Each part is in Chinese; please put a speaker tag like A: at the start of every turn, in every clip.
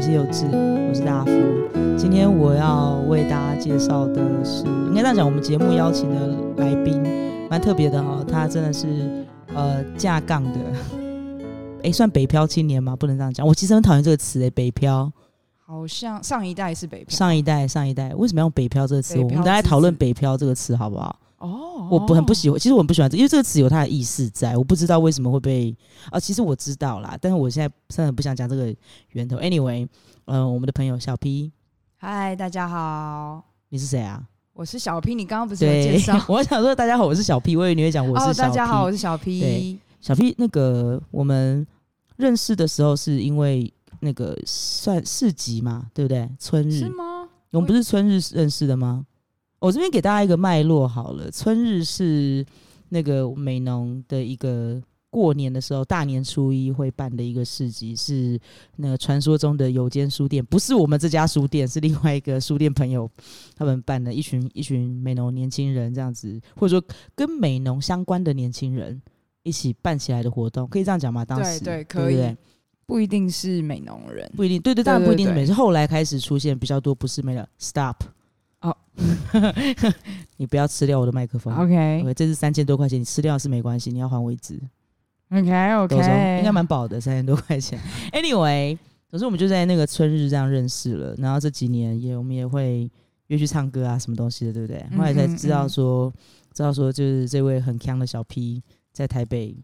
A: 自由志，我是大夫。今天我要为大家介绍的是，应该这样讲，我们节目邀请的来宾蛮特别的哈、他真的是呃架杠的， 诶，算北漂青年嘛，不能这样讲。我其实很讨厌这个词诶，北漂。
B: 好像上一代是北漂
A: 上一代上一代为什么要用北漂这个词？
B: 北
A: 我
B: 漂
A: 们大家
B: 之
A: 讨论
B: 子
A: 北漂这个词好不好？
B: 哦
A: 我不很不喜欢，其实我很不喜欢这，因为这个词有它的意思在，我不知道为什么会被啊。其实我知道啦，但是我现在真的很不想讲这个源头。Anyway，呃，我们的朋友小 P，
B: 嗨，大家好，
A: 你是谁啊？
B: 我是小 P，你刚刚不是有介
A: 对
B: 绍？，
A: 我想说大家好，我是小 P，我以为你会讲我是
B: 哦，
A: 小 P。
B: 大家好，我是小 P
A: 对。小 P 那个我们认识的时候是因为那个算市集嘛，对不对？春日
B: 是吗？
A: 嗯我们不是春日认识的吗？我这边给大家一个脉络好了，春日是那个美农的一个过年的时候，大年初一会办的一个市集，是那个传说中的有间书店，不是我们这家书店，是另外一个书店朋友他们办的，一群一群美农年轻人这样子，或者说跟美农相关的年轻人一起办起来的活动，可以这样讲吗？当
B: 对
A: 时
B: 对，可
A: 不
B: 以，不一定是美浓人
A: 不一定，对对，当然
B: 对
A: 不一定是
B: 对
A: 美，是后来开始出现比较多不是美了。Stop，
B: 哦，
A: 你不要吃掉我的麦克风。
B: OK
A: OK，这是三千多块钱，你吃掉是没关系，你要还我一支。
B: OK
A: 抖手
B: OK，
A: 应该蛮饱的，三千多块钱。Anyway，总之我们就在那个春日这样认识了，然后这几年也我们也会约去唱歌啊，什么东西的，对不对？
B: 嗯
A: 后来才
B: 嗯
A: 知道说，知道说就是这位很强的小 P 在台北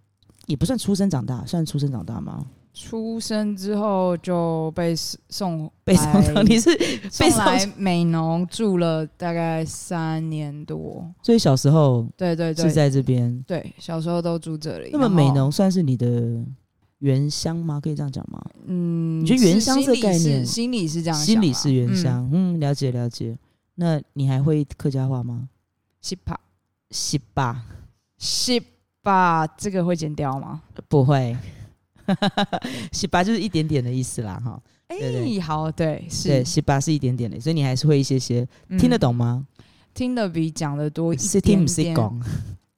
A: 也不算出生长大，算出生长大
B: 哎
A: 吗？
B: 出生之后就被送
A: 被送到
B: 来
A: 你是 被
B: 送
A: 送
B: 来美浓住了大概三年多，
A: 所以小时候
B: 对对
A: 是
B: 对
A: 在这边。
B: 对，小时候都住这里。
A: 那么
B: 然后
A: 美浓算是你的原乡吗？可以这样讲吗？
B: 嗯，
A: 你觉得原乡
B: 是
A: 这个概
B: 心里
A: 念
B: 是心里是这样想啊，
A: 心里是原
B: 嗯，
A: 乡，嗯了解了解。那你还会客家话吗？
B: 西帕
A: 西吧，
B: 西帕这个会剪掉吗？
A: 不会，西吧 就是一点点的意思啦，哈。
B: 哎
A: 对对，
B: 好，对，
A: 对，
B: 是
A: 西吧是一点点的，所以你还是会一些些，
B: 嗯
A: 听得懂吗？
B: 听得比讲的多一
A: 是
B: 点
A: 听不是
B: 点，嗯
A: 讲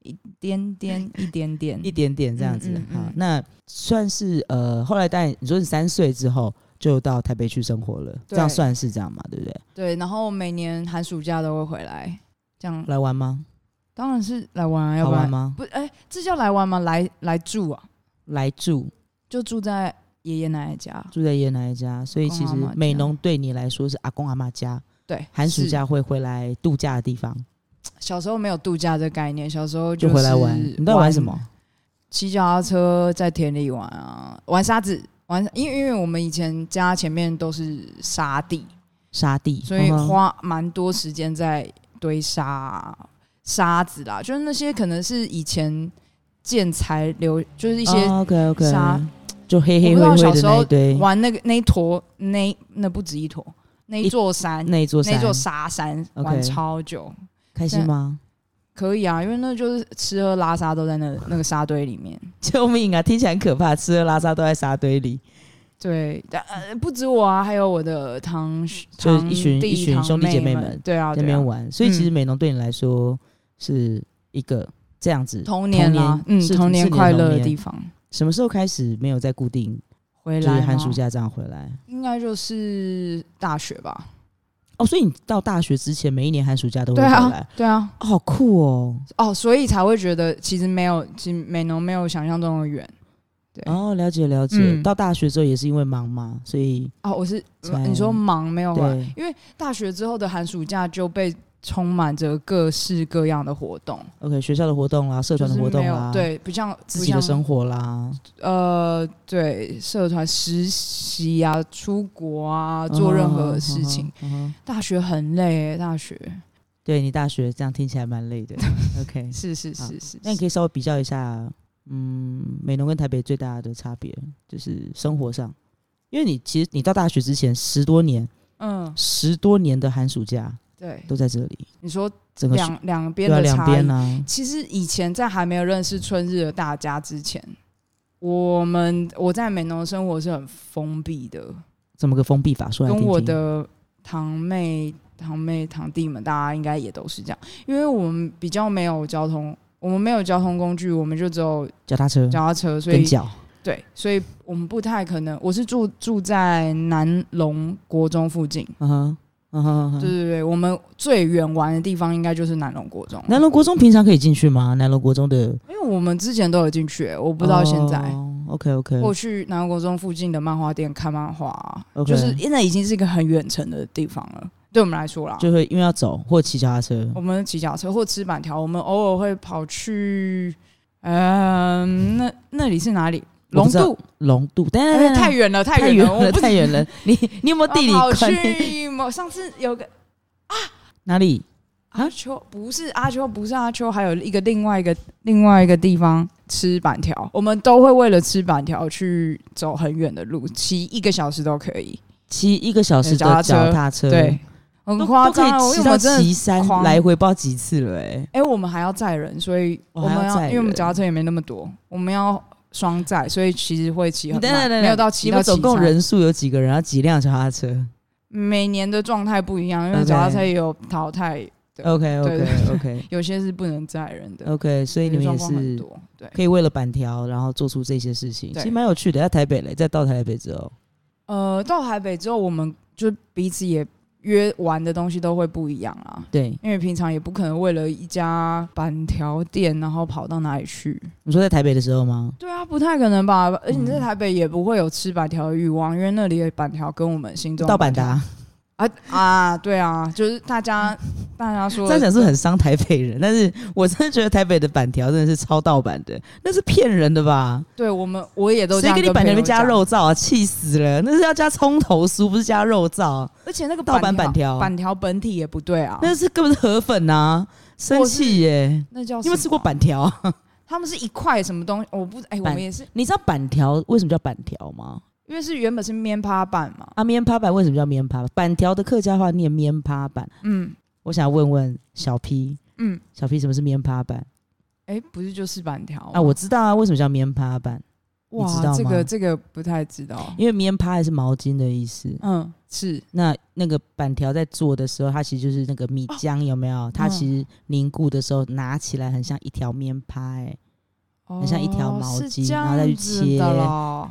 B: 一点点，一点点，
A: 一点点这样子
B: 嗯。嗯
A: 好
B: 嗯，
A: 那算是呃，后来但你说你三岁之后就到台北去生活了，这
B: 对
A: 样算是这样嘛，对不对？
B: 对，然后每年寒暑假都会回来，这样
A: 来玩吗？
B: 当然是来玩啊，要
A: 好
B: 不
A: 玩
B: 然
A: 吗？
B: 不哎，这叫来玩吗？来来住啊，
A: 来住
B: 就住在爷爷奶奶家，
A: 住在爷爷奶奶家，所以
B: 公
A: 其实
B: 阿嬷
A: 美
B: 家
A: 浓对你来说是阿公阿妈家，
B: 对，
A: 寒暑
B: 是
A: 假会回来度假的地方，
B: 小时候没有度假这概念，小时候
A: 就回来玩。
B: 是
A: 你在玩什么？？
B: 骑脚踏车在田里玩啊，玩沙子，玩，因为因为我们以前家前面都是沙地，
A: 沙地，
B: 所以
A: 嗯哼
B: 花蛮多时间在堆沙啊、沙子啦，就是那些可能是以前建材留，就是一些
A: 哦，OK，OK
B: 沙
A: 就黑黑
B: 我
A: 灰
B: 不知道
A: 灰
B: 小
A: 的
B: 时
A: 那
B: 候
A: 一堆，
B: 玩那个那一坨那那不止一坨，那一座山，
A: 那一座
B: 那
A: 山，
B: 一座沙山
A: OK
B: 玩超久，
A: 开心吗？
B: 可以啊，因为那就是吃喝拉撒都在那那个沙堆里面。
A: 救命啊！听起来很可怕，吃喝拉撒都在沙堆里，
B: 对，但呃，不止我啊，还有我的堂兄
A: 就是
B: 堂
A: 嗯一群
B: 弟
A: 一群
B: 堂
A: 兄弟姐妹
B: 们
A: 们，
B: 对啊，
A: 在
B: 对
A: 那
B: 啊
A: 边玩。所以其实
B: 嗯
A: 美浓对你来说是一个这样子。
B: 童年啊，嗯，
A: 是
B: 童
A: 是
B: 年
A: 你的
B: 快
A: 童
B: 乐的
A: 年
B: 地方。
A: 什么时候开始没有再固定，
B: 回
A: 就
B: 来
A: 是
B: 吗
A: 寒暑假这样回来？
B: 应该就是大学吧？
A: 哦，所以你到大学之前，每一年寒暑假都会
B: 对
A: 回
B: 啊
A: 来，，
B: 对啊，
A: 哦好酷哦！
B: 哦，所以才会觉得其实没有，其实美浓没有想象中的远对
A: 哦，了解了解。
B: 嗯
A: 到大学之后也是因为忙嘛，所以
B: 哦。我是
A: 才
B: 你说忙没有玩，
A: 对
B: 因为大学之后的寒暑假就被充满着各式各样的活动，
A: OK，学校的活动啦，社
B: 就
A: 团的
B: 是
A: 活动
B: 没有
A: 啦，，
B: 对，不像
A: 自己的
B: 生。
A: 生活啦，
B: 呃，对，社团实习啊、出国啊，做任何事情。
A: 嗯哼。嗯哼
B: 大学很累、欸，大学
A: 对你大学这样听起来蛮累的。OK，
B: 是是
A: 好
B: 是是
A: 啊那你
B: 是
A: 可以稍微比较一下，嗯，美浓跟台北最大的差别就是生活上，因为你其实你到大学之前十多年，
B: 嗯，
A: 十多年的寒暑假
B: 对，
A: 都在这里，
B: 你说
A: 整个暑
B: 两两边
A: 对啊
B: 的
A: 两
B: 差异
A: 边。啊，
B: 其实以前在还没有认识春日的大家之前，我们我在美农的生活是很封闭的，
A: 这么个封闭法说来听
B: 跟我
A: 听。
B: 的堂妹、堂妹、堂弟们，大家应该也都是这样，因为我们比较没有交通，我们没有交通工具，我们就只有
A: 脚踏车
B: 脚踏车，所
A: 跟
B: 以
A: 脚，
B: 对，所以我们不太可能。我是住住在南龙国中附近，
A: 嗯哼，嗯哼嗯哼
B: 对对对，我们最远玩的地方应该就是南龙国中，
A: 南龙国中平常可以进去吗？南龙国中的
B: 因为我们之前都有进去、我不知道现在。
A: 哦 OK OK，
B: 我去南国中附近的漫画店看漫画、
A: OK
B: 就是现在已经是一个很远程的地方了，对我们来说啦。
A: 就会因为要走或骑脚踏车。
B: 我们骑脚车或吃板条，我们偶尔会跑去，嗯、那那里是哪里？
A: 我
B: 龙
A: 不知道
B: 渡，
A: 龙渡，但
B: 哎
A: 是
B: 太远了，
A: 太
B: 远
A: 远
B: 了，我
A: 了，
B: 不知啊
A: 太远了。你你有没有地理
B: 跑
A: 观？
B: 去某上次有个
A: 哪里？啊
B: 阿秋，不是阿秋，不是阿秋，还有一个另外一个另外一个地方吃板条，我们都会为了吃板条去走很远的路，骑一个小时都可以，
A: 骑一个小时的
B: 哎脚踏
A: 脚
B: 车
A: 踏车，
B: 对，，很
A: 都
B: 夸
A: 都可
B: 张啊。
A: 以
B: 我
A: 骑
B: 因为
A: 到
B: 我真
A: 岐
B: 的。
A: 山
B: 狂
A: 来回，不知道几次了哎。
B: 哎、我们还要载人，所以
A: 哦
B: 我们
A: 还要
B: 要，
A: 载
B: 因为我们
A: 人
B: 脚踏车也没那么多，我们要双载，所以其实会骑
A: 你
B: 很
A: 等等
B: 慢，
A: 等等，
B: 没有到骑
A: 你
B: 到
A: 们
B: 骑
A: 总共
B: 山
A: 人数有几个人？然后几辆脚踏车
B: 每年的状态不一样，因为
A: OK
B: 脚踏车也有淘汰， 对
A: ？OK
B: 对
A: OK
B: 对
A: OK
B: 有些是不能载人的，
A: OK，所以你们
B: 状
A: 也
B: 况很
A: 是
B: 多，对。
A: 可以为了板条，然后做出这些事情，
B: 对
A: 其实蛮有趣的。在台北嘞，在到台北之后，
B: 呃，到台北之后，我们就彼此也约玩的东西都会不一样啦。
A: 对
B: 因为平常也不可能为了一家板条店，然后跑到哪里去。
A: 你说在台北的时候吗？
B: 对啊，不太可能吧？而且你在台北也不会有吃板条的欲望，因为那里的板条跟我们心中的
A: 到板
B: 条
A: 达，
B: 啊啊，对啊，就是大 家大家说
A: 这样讲是很伤台北人，但是我真的觉得台北的板条真的是超盗版的，那是骗人的吧？
B: 对我们我也都这
A: 谁
B: 样
A: 给你
B: 跟
A: 板条里
B: 朋友
A: 面加
B: 讲，
A: 肉燥啊？气死了！那是要加葱头酥，不是加肉燥，
B: 而且那个
A: 盗版
B: 板
A: 板条
B: 板条本体也不对啊，
A: 那是根本是河粉呐、啊！生气耶、
B: 那叫
A: 你有没有
B: 什
A: 吃过
B: 么啊？
A: 板条啊？
B: 他们是一块什么东西？我不哎，我
A: 板
B: 们也是，
A: 你知道板条为什么叫板条吗？
B: 因为是原本是面趴板嘛，
A: 啊，面趴板为什么叫面趴？板条的客家话念面趴板。
B: 嗯
A: 我想问问小 P，
B: 嗯，
A: 小 P 什么是面趴板？
B: 哎、不是就是板条吗
A: 啊，我知道啊，为什么叫面趴板？
B: 哇，
A: 你知道吗
B: 这个这个不太知道。
A: 因为面趴还是毛巾的意思。
B: 嗯，是
A: 那那个板条在做的时候，它其实就是那个米浆有没
B: 哦
A: 有？它其实凝固的时候拿起来很像一条面趴、欸，
B: 很
A: 很像一
B: 哦
A: 条毛巾然后再去切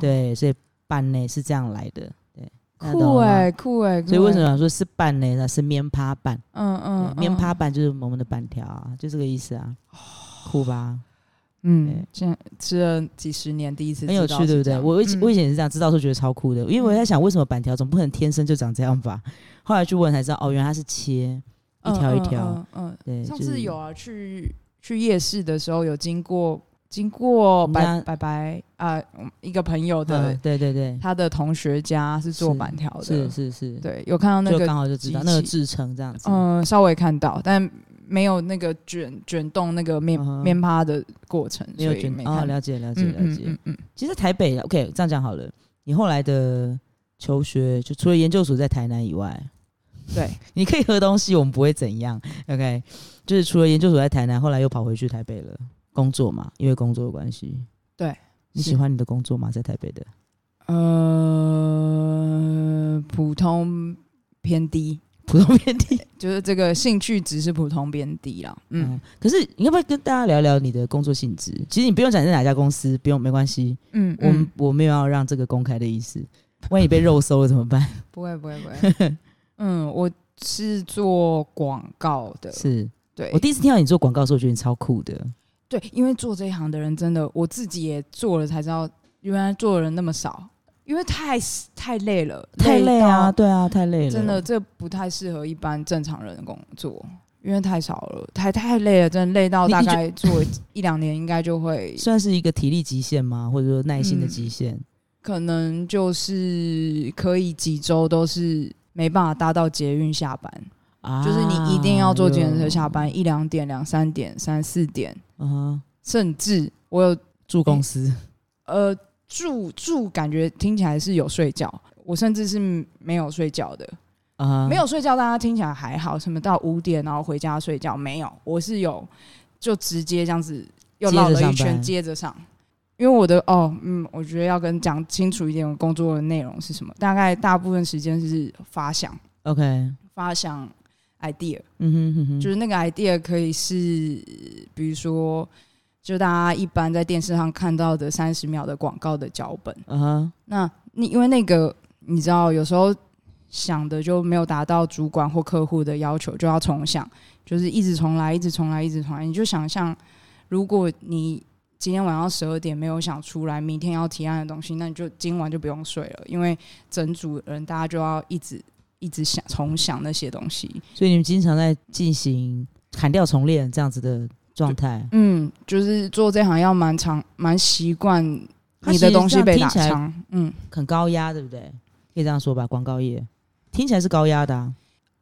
B: 对，
A: 对，所以拌呢是这样来的，对，那懂
B: 嗯酷
A: 了吗
B: 哎、酷哎、酷欸
A: 所以为什么想说是拌呢？它是面趴拌，
B: 嗯嗯哦
A: 对面趴，拌就是我们的板条啊，就这个意思啊，酷吧？
B: 嗯嗯
A: 对，
B: 这样吃了几十年，第一次
A: 很有
B: 知道
A: 趣，对
B: 是
A: 不
B: 这
A: 对？
B: 样
A: 我以前、
B: 嗯
A: 我以前也是这样，知道的时候觉得超酷的，因为我在想为什么板条总不可能天生就长这样吧？后来去问才知道，哦，原来它是切一条一条，
B: 嗯嗯嗯
A: 对，
B: 嗯上
A: 就是
B: 次有啊，去去夜市的时候有经过经过
A: 我们家
B: 白白白啊、嗯一个朋友的、
A: 嗯对对对，
B: 他的同学家是做
A: 是
B: 板条的，
A: 是是是，
B: 对，有看到那
A: 就
B: 个
A: 刚好就知道
B: 机
A: 那个
B: 器
A: 制成这样子，
B: 嗯，稍微看到，但没有那个卷卷动那个面、
A: 嗯哼
B: 面趴的过程，
A: 没有
B: 所以
A: 卷
B: 没
A: 哦，
B: 看到。
A: 了解了解
B: 嗯
A: 了
B: 嗯
A: 解。
B: 嗯嗯，
A: 其实台北，OK，这样讲好了，你后来的求学就除了研究所在台南以外，
B: 对，
A: 你可以喝东西，我们不会怎样，OK？就是除了研究所在台南，后来又跑回去台北了，工作嘛，因为工作的关系。
B: 对，
A: 你
B: 是
A: 喜欢你的工作吗？在台北的
B: 呃，普通偏低，
A: 普通遍地，
B: 就是这个兴趣值是普通偏低啦。嗯
A: 嗯。可是你要不要跟大家聊聊你的工作性质？其实你不用讲在哪家公司，不用没关系，
B: 嗯，
A: 我们
B: 嗯
A: 我没有要让这个公开的意思。万一被肉搜了怎么办？
B: 不会不会不 会。嗯，我是做广告的，
A: 是
B: 对
A: 我，第一次听到你做广告的时候，我觉得你超酷的。
B: 对，因为做这一行的人真的，我自己也做了才知道，原来做的人那么少，因为太太累了，
A: 太累
B: 到
A: 啊，对啊，太累了，
B: 真的，这不太适合一般正常人的工作，因为太少了，太太累了，真的累到
A: 你
B: 大
A: 你就
B: 概做一两年应该 就会，
A: 算是一个体力极限吗？或者说耐心的
B: 嗯
A: 极限？
B: 可能就是可以几周都是没办法搭到捷运下班，
A: 啊
B: 就是你一定要坐捷运车下
A: 哟
B: 班一两点、两三点、三四点，
A: 啊
B: 嗯
A: 哈，
B: 甚至我有
A: 住公司，
B: 呃住住，感觉听起来是有睡觉，我甚至是没有睡觉的，
A: 啊哈，
B: 没有睡觉，大家听起来还好，什么到五点然后回家睡觉没有，我是有就直接这样子又绕了一
A: 接着上
B: 圈
A: 班
B: 接着上，因为我的哦嗯，我觉得要跟讲清楚一点，我工作的内容是什么，大概大部分时间是发想
A: OK，
B: 发想 idea，、
A: 嗯哼哼哼，
B: 就是那个 idea 可以是比如说就大家一般在电视上看到的三十秒的广告的脚本。
A: 啊哈，
B: 那你因为那个，你知道有时候想的就没有达到主管或客户的要求，就要重想，就是一直重来，一直重来，一直重来。你就想象，如果你今天晚上十二点没有想出来明天要提案的东西，那你就今晚就不用睡了，因为整组人大家就要一直一直想重想那些东西。
A: 所以你们经常在进行砍掉重练这样子的状态。
B: 嗯，就是做这行要蛮长，蛮习惯
A: 它
B: 你
A: 其
B: 的
A: 实
B: 东西
A: 这样
B: 被
A: 听
B: 打
A: 起来
B: 枪。嗯，
A: 很高压，对不对？可以这样说吧，广告业听起来是高压的啊，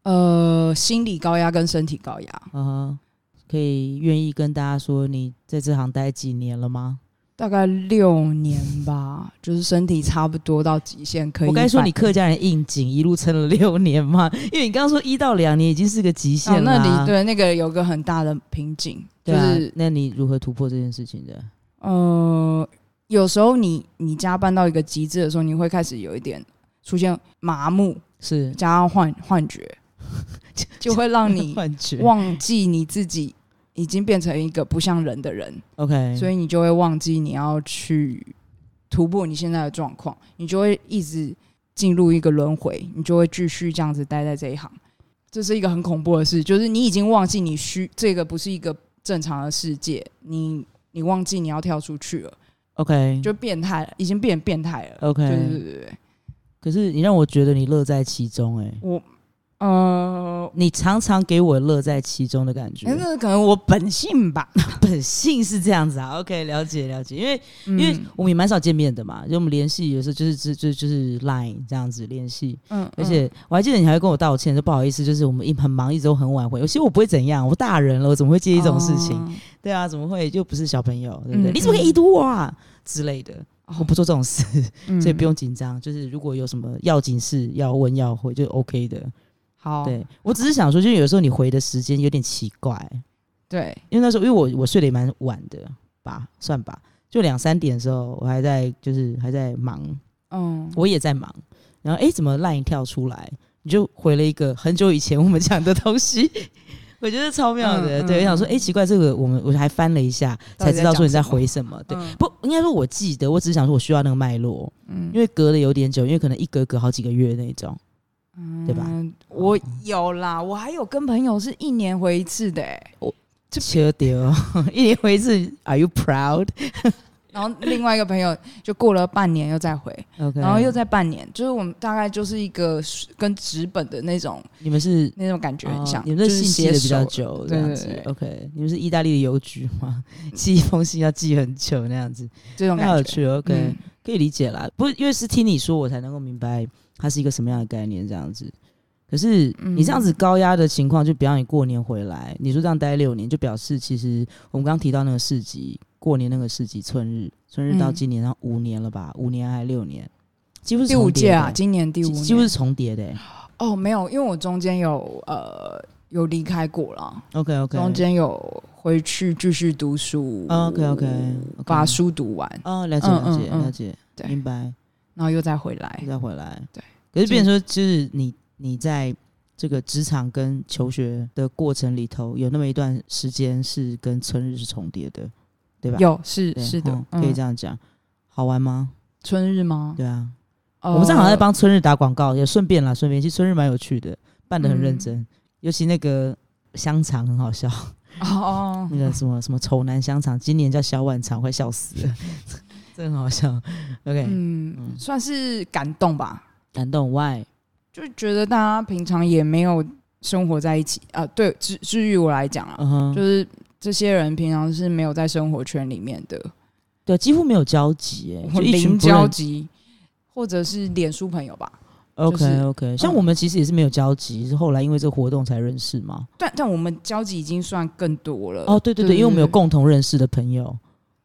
B: 呃，心理高压跟身体高压。
A: 嗯哼可以愿意跟大家说你在这行待几年了吗？
B: 大概六年吧，就是身体差不多到极限可以反。
A: 我该说你客家人应景，一路撑了六年 吗？因为你刚刚说一到两年已经是个极
B: 哦
A: 限了、
B: 那里
A: 对
B: 对那个有个很大的瓶颈，就
A: 啊
B: 是、
A: 那你如何突破这件事情的？
B: 呃，有时候你你加班到一个极致的时候，你会开始有一点出现麻木，
A: 是
B: 加上幻幻觉， 就会让你
A: 幻觉
B: 忘记你自己已经变成一个不像人的人，
A: ，OK，
B: 所
A: 以
B: 以你就会忘记你要去突破你现在的状况，你就会一直进入一个轮回，你就会继续这样子待在这一行。这是一个很恐怖的事，就是你已经忘记你需这个不是一个正常的世界，你你忘记你要跳出去了，
A: OK
B: 就变态了，已经变变态了。
A: OK，
B: 对对对对对，
A: 可是你让我觉得你乐在其中、哎，
B: 我呃，
A: 你常常给我乐在其中的感觉。
B: 哎那可能我本性吧，
A: 本性是这样子啊，OK，了解了解，因为
B: 因
A: 因为我们也蛮少见面的嘛，就我们联系有时候就是就就就是 Line 这样子联系，
B: 嗯，
A: 而且我还记得你还会跟我道歉，说不好意思，就是我们一很忙，一直都很晚回。其实我不会怎样，我大人了，我怎么会介意这种事情？
B: 哦
A: 对啊，怎么会就不是小朋友，对不对？
B: 嗯
A: 你怎么可以遗毒我啊之类的？
B: 哦
A: 我不做这种事，
B: 嗯
A: 所以不用紧张。就是如果有什么要紧事要问要回，就 OK 的。
B: 好，
A: 对我只是想说，就是有时候你回的时间有点奇怪，
B: 对，
A: 因为那时候因为我我睡得也蛮晚的吧，算吧，就两三点的时候，我还在就是还在忙，
B: 嗯，
A: 我也在忙，然后诶，怎么 line 跳出来，你就回了一个很久以前我们讲的东西。 我觉得超妙的，
B: 嗯
A: 对，
B: 嗯
A: 我想说，诶，奇怪，这个我们我还翻了一下，
B: 到底
A: 才知道说你在
B: 讲什么
A: 回什么。对，
B: 嗯
A: 不应该说我记得，我只是想说我需要那个脉络，
B: 嗯
A: 因为隔了有点久，因为可能一隔隔好几个月那种。对吧哦
B: 嗯？我有啦，我还有跟朋友是一年回一次的、欸，这
A: 缺 丢，一年回一次，Are you proud？
B: 然后另外一个朋友就过了半年又再回，
A: OK，
B: 然后又再半年，就是我们大概就是一个跟纸本的那种
A: 你们是
B: 那种感觉很像，
A: 哦你们
B: 就
A: 这
B: 是
A: 信寄
B: 写
A: 的比较
B: 手，
A: 久，这
B: 对
A: 样
B: 对
A: 子。
B: 对
A: OK，你们是意大利的邮局吗？ 寄一封信要寄很久那样子，
B: 这种
A: 太有
B: 感觉。
A: 趣了。OK，、哦
B: 嗯
A: 可以理解啦。不，因为是听你说，我才能够明白它是一个什么样的概念这样子。可是
B: 嗯
A: 你这样子高压的情况，就比方你过年回来，你说这样待六年，就表示其实我们刚刚提到那个市集，过年那个市集春日，春日到
B: 嗯
A: 今年上五年了吧？五年还是六年？几乎是
B: 第五
A: 重叠
B: 届
A: 的
B: 啊，今年第五
A: 几几乎
B: 年
A: 是重叠的、欸。
B: 哦，没有，因为我中间有呃有离开过了，
A: OK OK，
B: 中间有回去继续读书
A: OK，OK，OK
B: 把书读完，
A: 哦，了解
B: 嗯
A: 了
B: 嗯
A: 解
B: 嗯
A: 了解，
B: 对
A: 明白，
B: 然后又再回来，
A: 再回来。
B: 哎对，
A: 可是变
B: 就
A: 成说，就是你你在这个职场跟求学的过程里头，有那么一段时间是跟春日是重叠的，对吧？
B: 有是
A: 对
B: 是的嗯
A: 哦，可以这
B: 样。
A: 样讲。好玩吗？
B: 春日吗？
A: 对啊，
B: 哦呃
A: 我们正好像在帮春日打广告，也顺便啦，顺便其实春日蛮有趣的，办的很认
B: 嗯
A: 真，尤其那个香肠很好笑，
B: 哦，
A: 那个什么什么丑男香肠，今年叫小碗肠，快笑死 了，真很好笑。OK，、
B: 嗯，算是感动吧，
A: 感动 Why？
B: 就觉得大家平常也没有生活在一起啊、对，至至于我来讲啊，
A: 嗯哼，
B: 就是这些人平常是没有在生活圈里面的，
A: 对，几乎没有交集、欸，
B: 或
A: 就一群
B: 零
A: 不认
B: 交集，或者是脸书朋友吧。
A: OK
B: 就是嗯
A: OK，像我们其实也是没有交集，是后来因为这个活动才认识嘛。
B: 但但我们交集已经算更多了
A: 哦，对对对，因为我们有共同认识的朋友。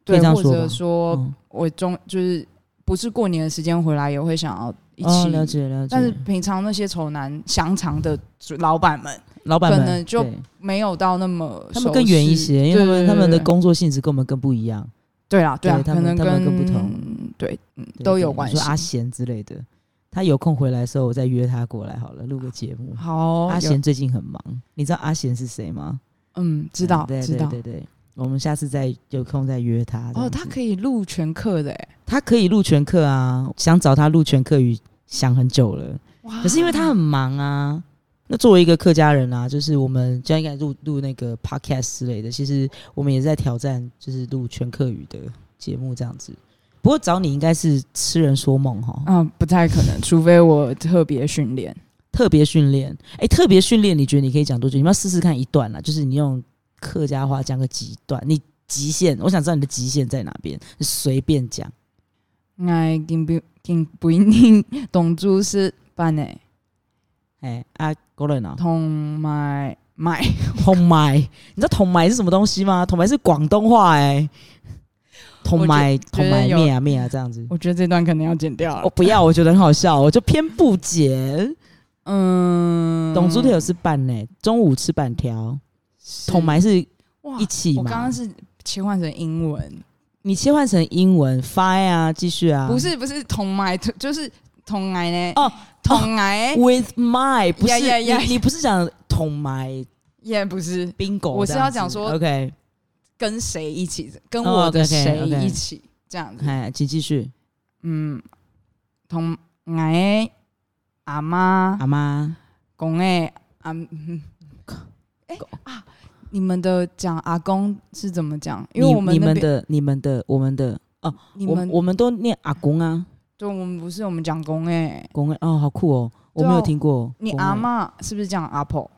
A: 可以
B: 对，
A: 这样
B: 或
A: 说吧
B: 者说
A: 嗯
B: 我中就是不是过年的时间回来也会想要一
A: 哦，
B: 起
A: 了解了解。
B: 但是平常那些丑男香肠的主老板们
A: 老板
B: 可
A: 们
B: 能就
A: 对
B: 没有到那么熟
A: 他
B: 识，
A: 们更远一些，因为他
B: 对
A: 们
B: 对
A: 他们的
B: 对
A: 工作性质跟我们更不一样，
B: 对啊，对啊，
A: 对他
B: 可
A: 们
B: 能
A: 他们
B: 跟
A: 更不同，
B: 对，嗯
A: 对
B: 都
A: 对
B: 有
A: 你
B: 关系
A: 说。阿贤之类的，他有空回来的时候，我再约他过来好了，录个节目。
B: 好，哦
A: 阿
B: 有
A: 贤最近很忙，你知道阿贤是谁吗？
B: 嗯，知道
A: 对
B: 知
A: 对
B: 道，
A: 对对，我们下次再有空再约他。这
B: 哦，
A: 样子
B: 他可以录全课的哎，
A: 他可以录全课啊，想找他录全课语想很久了，
B: 哇
A: 可是因为他很忙啊。那作为一个客家人啊，就是我们就应该录录那个 podcast 之类的，其实我们也在挑战，就是录全客语的节目这样子。不过找你应该是痴人说梦哈，
B: 嗯不太可能，除非我特别训练。
A: 特别训练，哎、特别训练，你觉得你可以讲多久？你们要试试看一段啦，就是你用客家话讲个几段，你极限，我想知道你的极限在哪边，你随便讲。
B: 爱哎金不金不一定懂主是办诶，
A: 哎、啊，高人啊，
B: 同埋买
A: 同埋，你知道同埋是什么东西吗？同埋是广东话哎、同埋
B: 我觉
A: 同
B: 得
A: 埋
B: 有
A: 灭啊灭啊这样子。
B: 我觉得这段可能要剪掉
A: 我
B: 了。
A: 不要，我觉得很好笑，我就偏不解。
B: 嗯，
A: 董猪腿有吃半呢、中午吃半条，
B: 是
A: 同埋是
B: 哇
A: 一起嘛。
B: 我刚刚是切换成英文，
A: 你切换成英文 fine 啊，继续啊。
B: 不是不是同埋，就是同埋呢？
A: 哦，
B: 同埋
A: with my 不是
B: Yeah, yeah, yeah.
A: 你你不是讲同埋
B: 也不是
A: bingo，
B: 我是
A: 这样子
B: 要讲说
A: OK，
B: 跟谁一起，跟
A: 哦
B: 我的谁
A: OK，OK
B: 一起这样子。
A: 哎，请继续。
B: 嗯，同埋阿妈
A: 阿妈
B: 公诶阿，嗯 哎啊，你们的讲阿公是怎么讲？因为
A: 你
B: 我们
A: 你
B: 那
A: 们
B: 边
A: 的你们的我们的哦，
B: 你
A: 我
B: 们
A: 我们都念阿公啊，
B: 对，我们不是我们讲公诶，
A: 公啊哦，好酷哦，我
B: 对啊
A: 没有听过。
B: 你
A: 公啊
B: 阿妈是不是讲阿婆？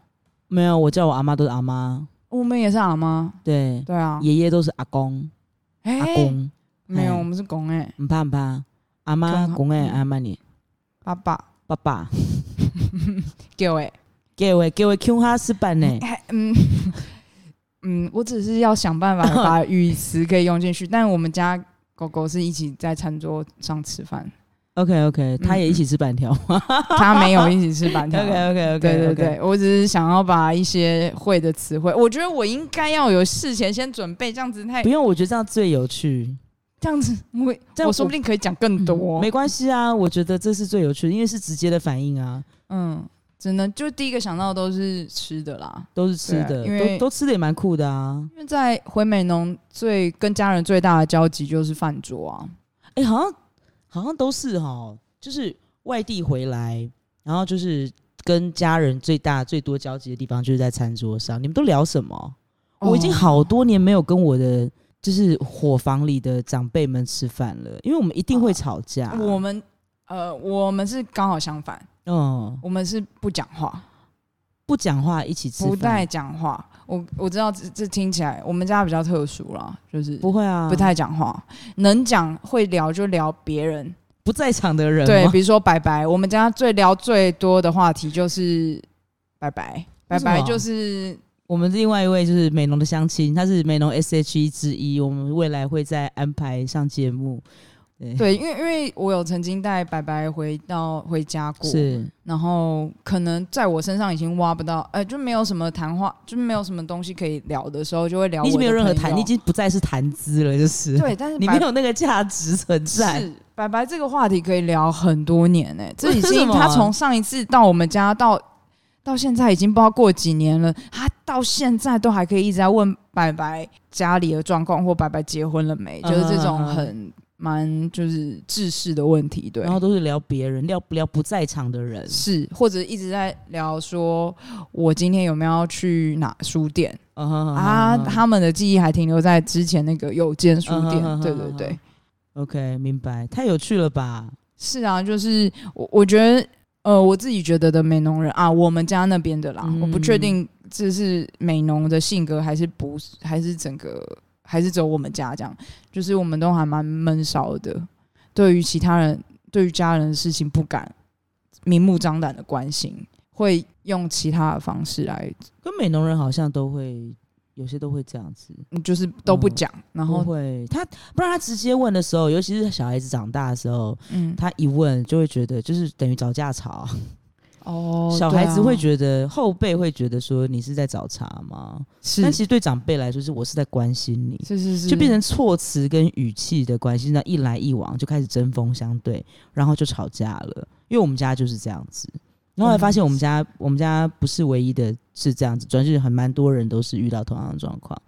A: 没有？我叫我阿妈都是阿妈，
B: 我们也是阿妈，
A: 对，
B: 对啊，
A: 爷爷都是阿公，
B: 哎
A: 阿，公
B: 没有，
A: 哎
B: 我们是公诶，啊
A: 唔怕唔怕，阿妈
B: 公
A: 公诶阿妈你
B: 爸爸
A: 爸爸，
B: 叫诶，
A: 给我给我 Q 哈斯版呢，
B: 哎嗯。 嗯，我只是要 想办法把语词可以用进去，但我们家狗狗是一起在餐桌上吃饭，
A: OK OK，他也一起吃板条。
B: 它没有一起吃 饭
A: OK OK
B: 条。
A: OK，
B: 对对对，我只是想要把一些会的词汇，我觉得我应该要有事前先准备，这样子太
A: 不用，我觉得这样最有趣。
B: 这样子我
A: 这样
B: 我说不定可以讲更多。
A: 没关系啊，我觉得这是最有趣的，因为是直接的反应啊，
B: 嗯，只能就第一个想到的都是吃的啦，
A: 都是吃
B: 对
A: 的，
B: 啊因为
A: 都都吃的也蛮酷的啊。
B: 因为在回美农最跟家人最大的交集就是饭桌啊。
A: 哎、好像好像都是哈，就是外地回来，然后就是跟家人最大最多交集的地方就是在餐桌上。你们都聊什么？我已
B: 哦
A: 经好多年没有跟我的就是伙房里的长辈们吃饭了，因为我们一定会吵架。
B: 哦我们呃，我们是刚好相反，
A: 嗯
B: 我们是不讲话，
A: 不讲话一起吃
B: 不
A: 饭，
B: 太讲话。我我知道这这听起来我们家比较特殊啦，就是
A: 不会啊，
B: 不太讲话，能讲会聊就聊别人。
A: 不在场的人
B: 对，
A: 吗
B: 比如说拜拜，我们家最聊最多的话题就是拜拜，拜
A: 为
B: 拜
A: 什么
B: 就是
A: 我们另外一位就是美农的相亲，他是美农 SHE 之一，我们未来会再安排上节目。
B: 对，因为因为我有曾经带拜拜回到回家过，
A: 是
B: 然后可能在我身上已经挖不到，呃，就没有什么谈话，就没有什么东西可以聊的时候，就会聊
A: 你已
B: 我
A: 经没
B: 的
A: 有任何
B: 朋
A: 谈，
B: 友
A: 你已经不再是谈资了，就是
B: 对，但是
A: 你
B: 拜
A: 没有那个价值存在。
B: 是白白这个话题可以聊很多年呢、这已
A: 为什
B: 经
A: 么
B: 他从上一次到我们家到到现在已经不知道过几年了，他到现在都还可以一直在问白白家里的状况或白白结婚了没，
A: 嗯
B: 就是这种
A: 嗯嗯
B: 很蛮就是制式的问题，对
A: 然。后都是聊别人，聊聊不在场的人。
B: 是，或者一直在聊说，我今天有没有要去哪书店啊？
A: 啊
B: 他们的记忆还停留在之前那个有间书
A: 嗯
B: 店
A: 嗯嗯嗯，
B: 对
A: 嗯
B: 对
A: 嗯
B: 对。
A: ，OK，明白，太有趣了吧？
B: 是啊，就是我我觉得，呃，我自己觉得的美浓人啊，我们家那边的啦，
A: 嗯
B: 我不确定这是美浓的性格还是不是，还是整个还是只有我们家这样，就是我们都还蛮闷骚的，对于其他人，对于家人的事情不敢明目张胆的关心，会用其他的方式来，
A: 跟美农人好像都会，有些都会这样子。
B: 就是都不讲，然
A: 不
B: 后
A: 会，他不然他直接问的时候，尤其是小孩子长大的时候，
B: 嗯，
A: 他一问就会觉得就是等于找架吵啊。
B: 哦
A: 小孩子会觉得、后辈会觉得说你是在找茬吗？
B: 是
A: 但其实对长辈来说，是我是在关心你，
B: 是是是，
A: 就变成措辞跟语气的关系，那一来一往就开始针锋相对，然后就吵架了。因为我们家就是这样子，然后还发现我们
B: 嗯
A: 家、我们家不是唯一的是这样子，转是很蛮多人都是遇到同样的状况。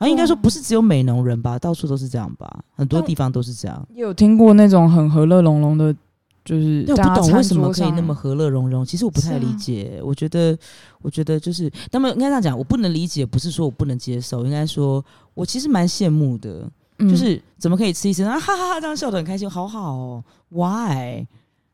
A: 好像应该
B: 嗯
A: 说不是只有美浓人吧，到处都是这样吧，很多
B: 但
A: 地方都是这样。
B: 也有听过那种很和乐融融的，就是
A: 对，我
B: 大家
A: 不懂
B: 餐
A: 为什么
B: 桌
A: 可以
B: 上
A: 那么和乐融融。其实我不
B: 是
A: 太
B: 啊
A: 理解，我觉得，我觉得就是他们应该这样讲，我不能理解，不是说我不能接受，应该说我其实蛮羡慕的，
B: 嗯
A: 就是怎么可以吃一吃，然后哈哈哈这样笑得很开心，好好哦，Why？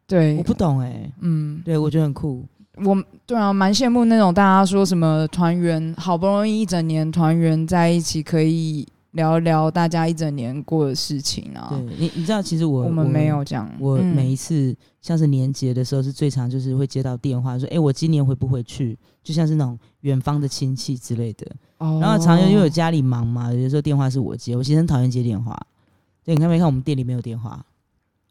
B: 对，
A: 我不懂哎、
B: 嗯，
A: 对我觉得很酷，
B: 我对啊，蛮羡慕那种大家说什么团圆，好不容易一整年团圆在一起，可以聊聊大家一整年过的事情啊。
A: 对你你知道，其实我
B: 我们没有这样，
A: 我
B: 嗯
A: 每一次像是年节的时候，是最常就是会接到电话说，哎、我今年回不回去？就像是那种远方的亲戚之类的。
B: 哦
A: 然后常常因为我家里忙嘛，有的时候电话是我接，我其实很讨厌接电话。对，你看没看我们店里没有电话？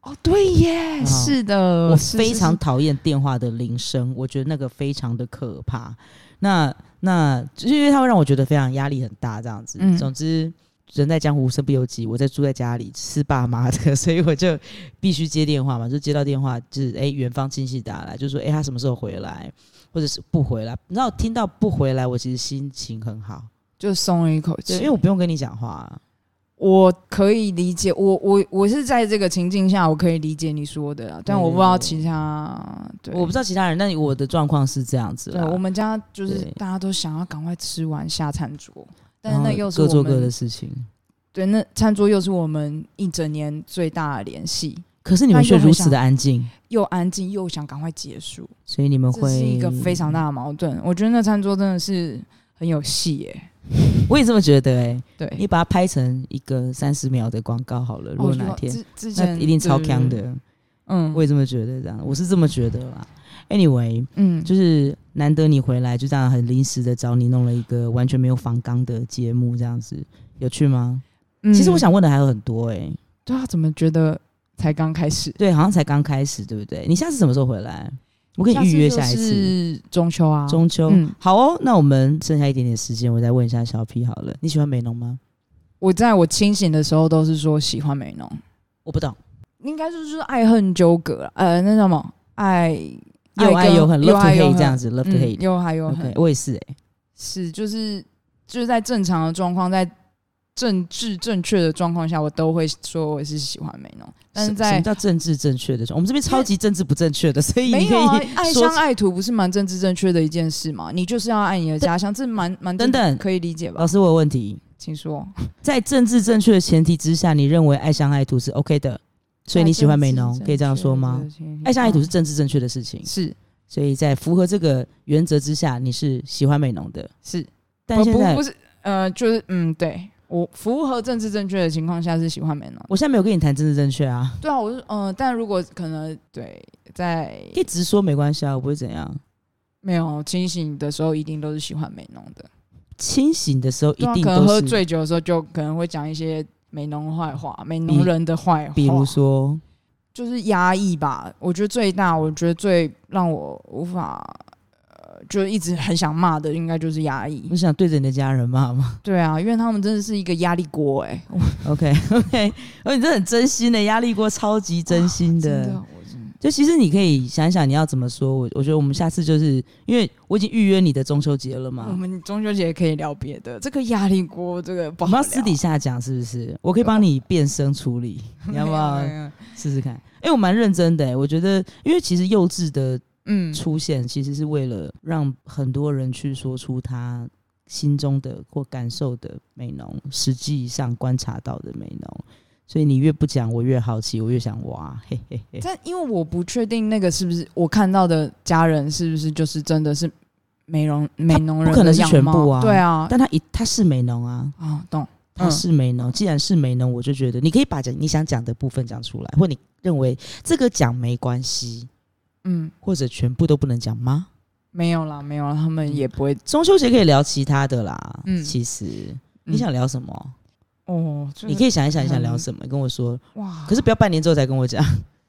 B: 哦，对耶，
A: 啊
B: 是的，
A: 我
B: 呃是是
A: 非常
B: 是
A: 讨厌电话的铃声，我觉得那个非常的可怕。那那就是因为它会让我觉得非常压力很大，这样子。
B: 嗯
A: 总之。人在江湖无身不由己，我在住在家里吃爸妈的， 所以我就必须接电话嘛，就接到电话就是哎，远、方亲戚打来，就说哎、他什么时候回来，或者是不回来。然后听到不回来，我其实心情很好，
B: 就松了一口
A: 对，
B: 气，
A: 因为我不用跟你讲话啊、
B: 我可以理解，我我我是在这个情境下，我可以理解你说的啦，但我不知道其他，对，
A: 我不知道其他人，但我的状况是这样子
B: 对
A: 啦。
B: 我们家就是
A: 啊对
B: 大家都想要赶快吃完下餐桌，
A: 然
B: 但是
A: 后
B: 那又是
A: 各
B: 我
A: 做
B: 们
A: 各的事情。
B: 对，那餐桌又是我们一整年最大的联系，
A: 可是你们
B: 那又
A: 却
B: 很
A: 如此
B: 想
A: 的安静，
B: 又安静又想赶快结束，
A: 所以你们
B: 这
A: 会
B: 是一个非常大的矛盾。我觉得那餐桌真的是很有戏耶、
A: 我也这么觉得哎、
B: 对，
A: 你把它拍成一个三十秒的广告好了。如果
B: 哦
A: 哪
B: 有
A: 天，
B: 之之
A: 那
B: 前
A: 一定超强，
B: 对对对
A: 的。
B: 嗯，
A: 我也这么觉得，这样我是这么觉得啦。Anyway，
B: 嗯
A: 就是难得你回来，就这样很临时的找你弄了一个完全没有仿纲的节目，这样子有趣吗？
B: 嗯
A: 其实我想问的还有很多哎、
B: 对啊，怎么觉得才刚开始？
A: 对，好像才刚开始，对不对？你下次什么时候回来？我跟你预约下一
B: 次
A: 次。
B: 就是中秋啊，
A: 中秋、
B: 嗯
A: 好哦，那我们剩下一点点时间，我再问一下小 P 好了，你喜欢美浓吗？
B: 我在我清醒的时候都是说喜欢美浓，
A: 我不懂，
B: 应该就是爱恨纠葛啊，呃，那叫什么爱
A: 又爱
B: 跟
A: 又恨，love
B: 又
A: to
B: 爱又
A: hate
B: 恨
A: 这样子，love to
B: 嗯
A: hate。
B: 又爱又恨
A: OK，。我也是哎、
B: 是，就是就是在正常的状况，在政治正确的状况下，我都会说我是喜欢美浓，但
A: 什
B: 是
A: 什么
B: 在
A: 叫政治正确的？我们这边超级政治不正确的，所以
B: 没
A: 你可
B: 有啊，爱
A: 以 说
B: 乡爱土不是蛮政治正确的一件事嘛？你就是要爱你的家乡，这蛮蛮
A: 等哦等
B: 可以理解吧
A: 老？师，我有问题，
B: 请说，
A: 在政治正确的前提之下，你认为爱乡爱土是 OK 的，所以你喜欢美浓，可以这样说吗？？爱乡爱
B: 嗯
A: 土是政治正确的事情，
B: 是
A: 所以在符合这个原则之下，你是喜欢美浓的。
B: 是，
A: 但
B: 不
A: 现
B: 不
A: 在
B: 不是呃，就是嗯，对我符合政治正确的情况下是喜欢美浓，
A: 我现在没有跟你谈政治正确啊，
B: 对啊，我是嗯、呃但如果可能对在
A: 可以直说没关系啊，我不会怎样。
B: 没有清醒的时候，一定都是喜欢美浓的。
A: 清醒的时候一
B: 对啊
A: 定
B: 可
A: 都
B: 能
A: 是，
B: 喝醉酒的时候，就可能会讲一些美浓坏话、美浓人的坏话，
A: 比如说，
B: 就是压抑吧。我觉得最大，我觉得最让我无法，呃，就一直很想骂的，应该就是压抑
A: 你。想对着你的家人骂吗
B: 对啊，因为他们真的是一个压力锅、欸，哎，
A: ？OK OK，而你哦这很真心的，压力锅超级真心
B: 真
A: 的。
B: 的，哦我真的
A: 就其实你可以想一想你要怎么说。我我觉得我们下次就是因为我已经预约你的中秋节了嘛，
B: 我们中秋节可以聊别的，这个压力锅，这个不
A: 我
B: 好
A: 们
B: 聊
A: 要私 底下讲是不是？我可以帮你变声处理，你要不要
B: 没有没有
A: 试试看？哎、我蛮认真的、欸，我觉得因为其实幼稚的
B: 嗯，
A: 出现，其实是为了让很多人去说出他心中的或感受的美浓，实际上观察到的美浓。所以你越不讲，我越好奇，我越想挖。嘿嘿 嘿，
B: 但因为我不确定那个是不是我看到的家人是不是就是真的是美容美浓人的
A: 不可能是
B: 样
A: 全
B: 貌
A: 部啊
B: 对啊，
A: 但他一他是美浓啊，
B: 啊懂，
A: 他
B: 嗯
A: 是美浓。既然是美浓，我就觉得你可以把讲你想讲的部分讲出来，或你认为这个讲没关系，
B: 嗯，
A: 或者全部都不能讲吗？
B: 没有啦，没有啦，他们也不会、
A: 中秋节可以聊其他的啦。
B: 嗯
A: 其实
B: 嗯
A: 你想聊什么？
B: 哦，就是
A: 你可以想一想你想聊
B: 嗯
A: 什么，跟我说。
B: 哇，
A: 可是不要半年之后才跟我讲。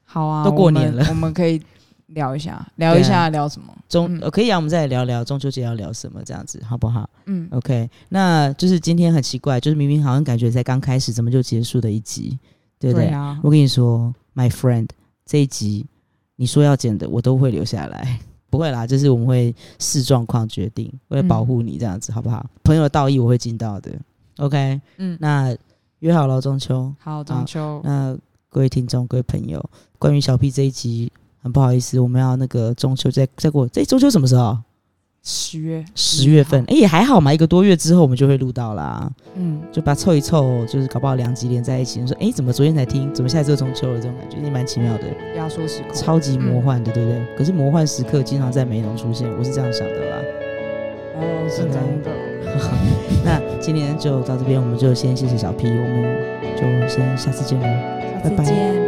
B: 好啊，
A: 都过年了啊
B: 我们，我们可以聊一下，聊一下聊什么？
A: 中、
B: 嗯
A: 呃可以啊，我们再聊聊中秋节要聊什么，这样子好不好
B: 嗯，
A: ？OK，那就是今天很奇怪，就是明明好像感觉才刚开始，怎么就结束的一集，对不对？
B: 啊，
A: 我跟你说，My friend 这一集你说要剪的，我都会留下来。不会啦，就是我
B: 嗯
A: 们会视状况决定，为了保护你这样子，好不好？朋友的道义我会尽到的。 OK，
B: 嗯，
A: 那约好了中秋，
B: 好，中秋，
A: 那各位听众、各位朋友，关于小 P 这一集，很不好意思，我们要那个中秋再再过，这中秋什么时候？
B: 十月，
A: 十月份，哎、也还好嘛，一个多月之后我们就会录到啦，
B: 嗯，
A: 就把它凑一凑，就是搞不好两集连在一起，你说哎、诶怎么昨天才听，怎么现在就中秋了，这种感觉也蛮奇妙的，
B: 压缩时空，
A: 超级魔幻的，对不对？可是魔幻时刻经常在美容出现，我是这样想的啦。
B: 哦，是真的，
A: 那今天就到这边，我们就先谢谢小 P，我们就先下次见喽。
B: 下
A: 拜拜
B: 次见，拜拜。